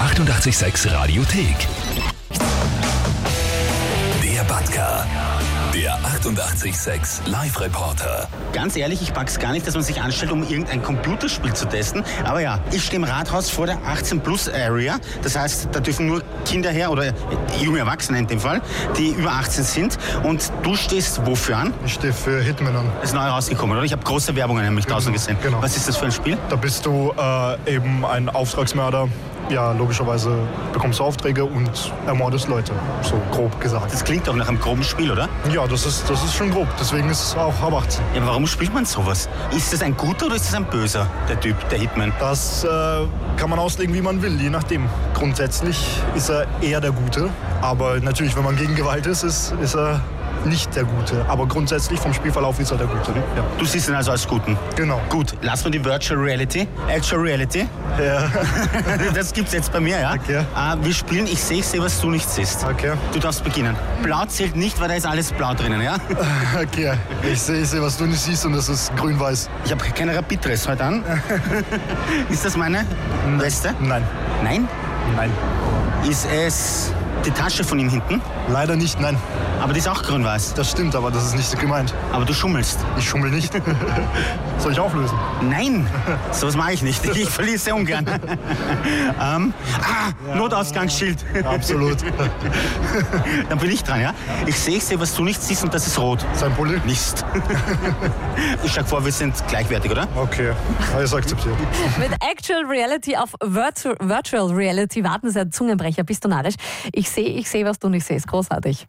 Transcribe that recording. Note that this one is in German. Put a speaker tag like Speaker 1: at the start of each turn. Speaker 1: 886 Radiothek. Der Batka. Der 886 Live-Reporter.
Speaker 2: Ganz ehrlich, ich pack's gar nicht, dass man sich anstellt, um irgendein Computerspiel zu testen. Aber ja, ich stehe im Rathaus vor der 18-Plus-Area. Das heißt, da dürfen nur Kinder her oder junge Erwachsene in dem Fall, die über 18 sind. Und du stehst wofür an?
Speaker 3: Ich stehe für Hitman an.
Speaker 2: Das ist neu rausgekommen, oder? Ich habe große Werbungen nämlich draußen
Speaker 3: Genau,
Speaker 2: gesehen.
Speaker 3: genau.
Speaker 2: Was ist das für ein Spiel?
Speaker 3: Da bist du äh, eben ein Auftragsmörder. Ja, logischerweise bekommst du Aufträge und ermordest Leute, so grob gesagt.
Speaker 2: Das klingt doch nach einem groben Spiel, oder?
Speaker 3: Ja, das ist, das ist schon grob, deswegen ist es auch ab 18.
Speaker 2: Ja, aber warum spielt man sowas? Ist das ein guter oder ist das ein böser, der Typ, der Hitman?
Speaker 3: Das äh, kann man auslegen, wie man will, je nachdem. Grundsätzlich ist er eher der Gute, aber natürlich, wenn man gegen Gewalt ist, ist, ist er nicht der Gute. Aber grundsätzlich vom Spielverlauf ist er der Gute. Ja,
Speaker 2: Du siehst ihn also als Guten.
Speaker 3: genau.
Speaker 2: Gut, lass mal die Virtual Reality. Actual Reality.
Speaker 3: Ja.
Speaker 2: Das gibt's jetzt bei mir, ja.
Speaker 3: Okay.
Speaker 2: Äh, wir spielen, ich sehe, ich sehe, was du nicht siehst.
Speaker 3: Okay.
Speaker 2: Du darfst beginnen. Blau zählt nicht, weil da ist alles blau drinnen, ja?
Speaker 3: Okay, ich sehe, ich seh, was du nicht siehst und das ist grün-weiß.
Speaker 2: Ich habe keine Rapid-Dress heute an. ist das meine Weste?
Speaker 3: Nein,
Speaker 2: Nein?
Speaker 3: nein.
Speaker 2: Ist es die Tasche von ihm hinten?
Speaker 3: Leider nicht, nein.
Speaker 2: Aber die ist auch grün-weiß.
Speaker 3: Das stimmt, aber das ist nicht so gemeint.
Speaker 2: Aber du schummelst.
Speaker 3: Ich schummel nicht. Soll ich auflösen?
Speaker 2: Nein, sowas mache ich nicht. Ich verliere sehr ungern. ähm, ah, Notausgangsschild.
Speaker 3: Absolut.
Speaker 2: Dann bin ich dran, ja? Ich sehe, ich sehe, was du nicht siehst und das ist rot.
Speaker 3: Sein Pulli?
Speaker 2: Nicht. ich schlage vor, wir sind gleichwertig, oder?
Speaker 3: Okay, alles akzeptiert.
Speaker 4: Mit Actual Reality auf Virtu Virtual Reality warten ist ein Zungenbrecher. Bist du neidisch? Ich sehe, ich sehe, was du nicht siehst. Großartig.